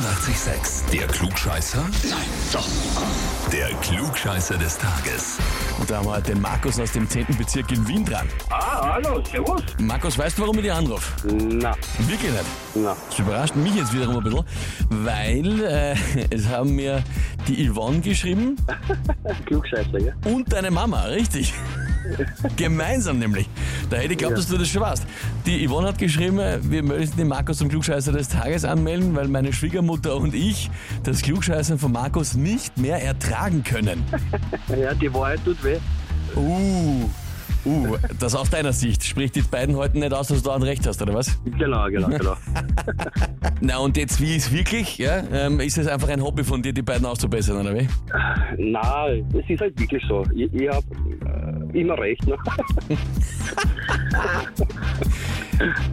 886, der Klugscheißer? Nein, doch. Der Klugscheißer des Tages. Und da haben wir heute den Markus aus dem 10. Bezirk in Wien dran. Ah, hallo, servus. Markus, weißt du, warum ich dir anrufe? Na, Wirklich nicht. na. Das überrascht mich jetzt wiederum ein bisschen, weil äh, es haben mir die Yvonne geschrieben Klugscheißer, ja? und deine Mama, richtig. Gemeinsam nämlich. Da hätte ich geglaubt, dass du das schon warst. Die Yvonne hat geschrieben, äh, wir möchten den Markus zum Klugscheißer des Tages anmelden, weil meine Schwiegermutter und ich das Klugscheißern von Markus nicht mehr ertragen können. Ja, die Wahrheit tut weh. Uh, uh, das aus deiner Sicht. Sprich die beiden heute nicht aus, dass du daran recht hast, oder was? Genau, genau, genau. Na und jetzt, wie ist wirklich? Ja? Ähm, ist es einfach ein Hobby von dir, die beiden auszubessern, oder wie? na, es ist halt wirklich so. Ich, ich hab äh, immer recht, ne?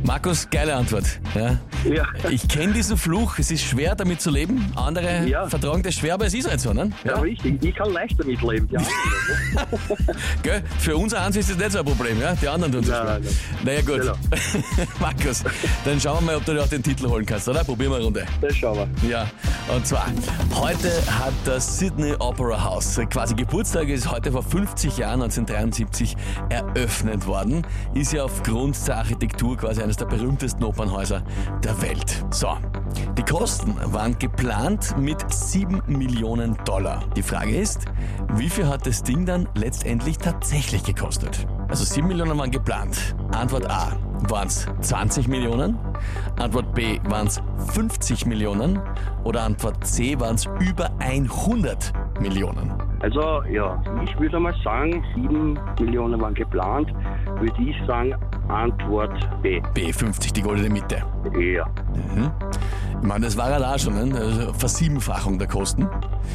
Markus, geile Antwort. Ja? Ja. Ich kenne diesen Fluch, es ist schwer damit zu leben. Andere Ja. vertragen das schwer, aber es ist halt so, ne? Ja, richtig. Ich kann leicht damit leben, ja. Gell? Für uns eins ist das nicht so ein Problem, ja? Die anderen tun es Nein, schwer. nein. Naja gut. Genau. Markus, dann schauen wir mal, ob du dir auch den Titel holen kannst, oder? Probieren wir eine Runde. Das schauen wir. Ja, und zwar, heute hat das Sydney Opera House, äh, quasi Geburtstag, ist heute vor 50 Jahren, 1973, eröffnet worden. Ist ja aufgrund der Architektur quasi eines der berühmtesten Opernhäuser der Welt. So, die Kosten waren geplant mit 7 Millionen Dollar. Die Frage ist, wie viel hat das Ding dann letztendlich tatsächlich gekostet? Also 7 Millionen waren geplant. Antwort A waren es 20 Millionen, Antwort B waren es 50 Millionen oder Antwort C waren es über 100 Millionen. Also, ja, ich würde mal sagen, sieben Millionen waren geplant. Würde ich sagen, Antwort B. B 50, die goldene Mitte. Mhm. Ja. Ich meine, das war ja da schon ne? also Versiebenfachung der Kosten.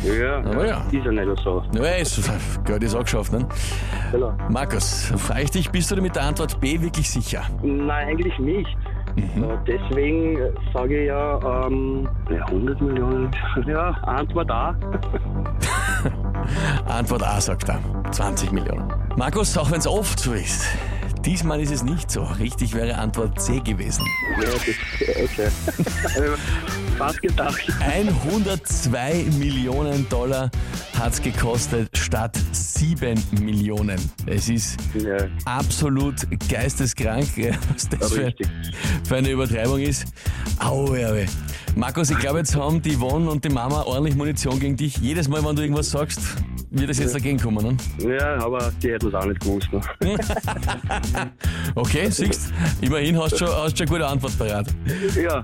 Ja, Aber ja. Ist ja nicht so. Naja, ist, gehört ist auch geschafft. Ne? Genau. Markus, frage ich dich, bist du dir mit der Antwort B wirklich sicher? Nein, eigentlich nicht. Äh, Deswegen äh, sage ich ja, ähm, ja, 100 Millionen. Ja, Antwort A. Antwort A sagt er. 20 Millionen. Markus, auch wenn es oft so ist, diesmal ist es nicht so. Richtig wäre Antwort C gewesen. Ja, das, äh, okay. Hab ich Fast gedacht. 102 Millionen Dollar hat's gekostet statt 7 Millionen. Es ist Ja, absolut geisteskrank, ja, was das für, richtig. für eine Übertreibung ist. Aue, aue. Markus, ich glaube, jetzt haben die Yvonne und die Mama ordentlich Munition gegen dich. Jedes Mal, wenn du irgendwas sagst, wird es jetzt dagegen kommen. Ne? ja aber die hätten es auch nicht gewusst. Ne? Okay, siehst immerhin hast du schon, hast schon eine gute Antwort parat. Äh, Ja,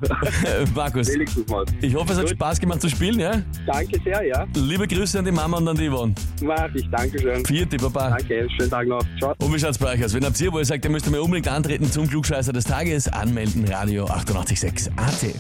Markus, wenigstens mal. ich hoffe, es hat Gut. Spaß gemacht zu spielen. Ja? Danke sehr, ja. Liebe Grüße an die Mama und an die Yvonne. Mach ich. Dankeschön. Vierte, Baba. Danke, schönen Tag noch. Ciao. Und wie schaut's bei euch aus? Wenn habt ihr, wo ihr sagt, ihr müsst mir unbedingt antreten zum Klugscheißer des Tages, anmelden, Radio 886 AT.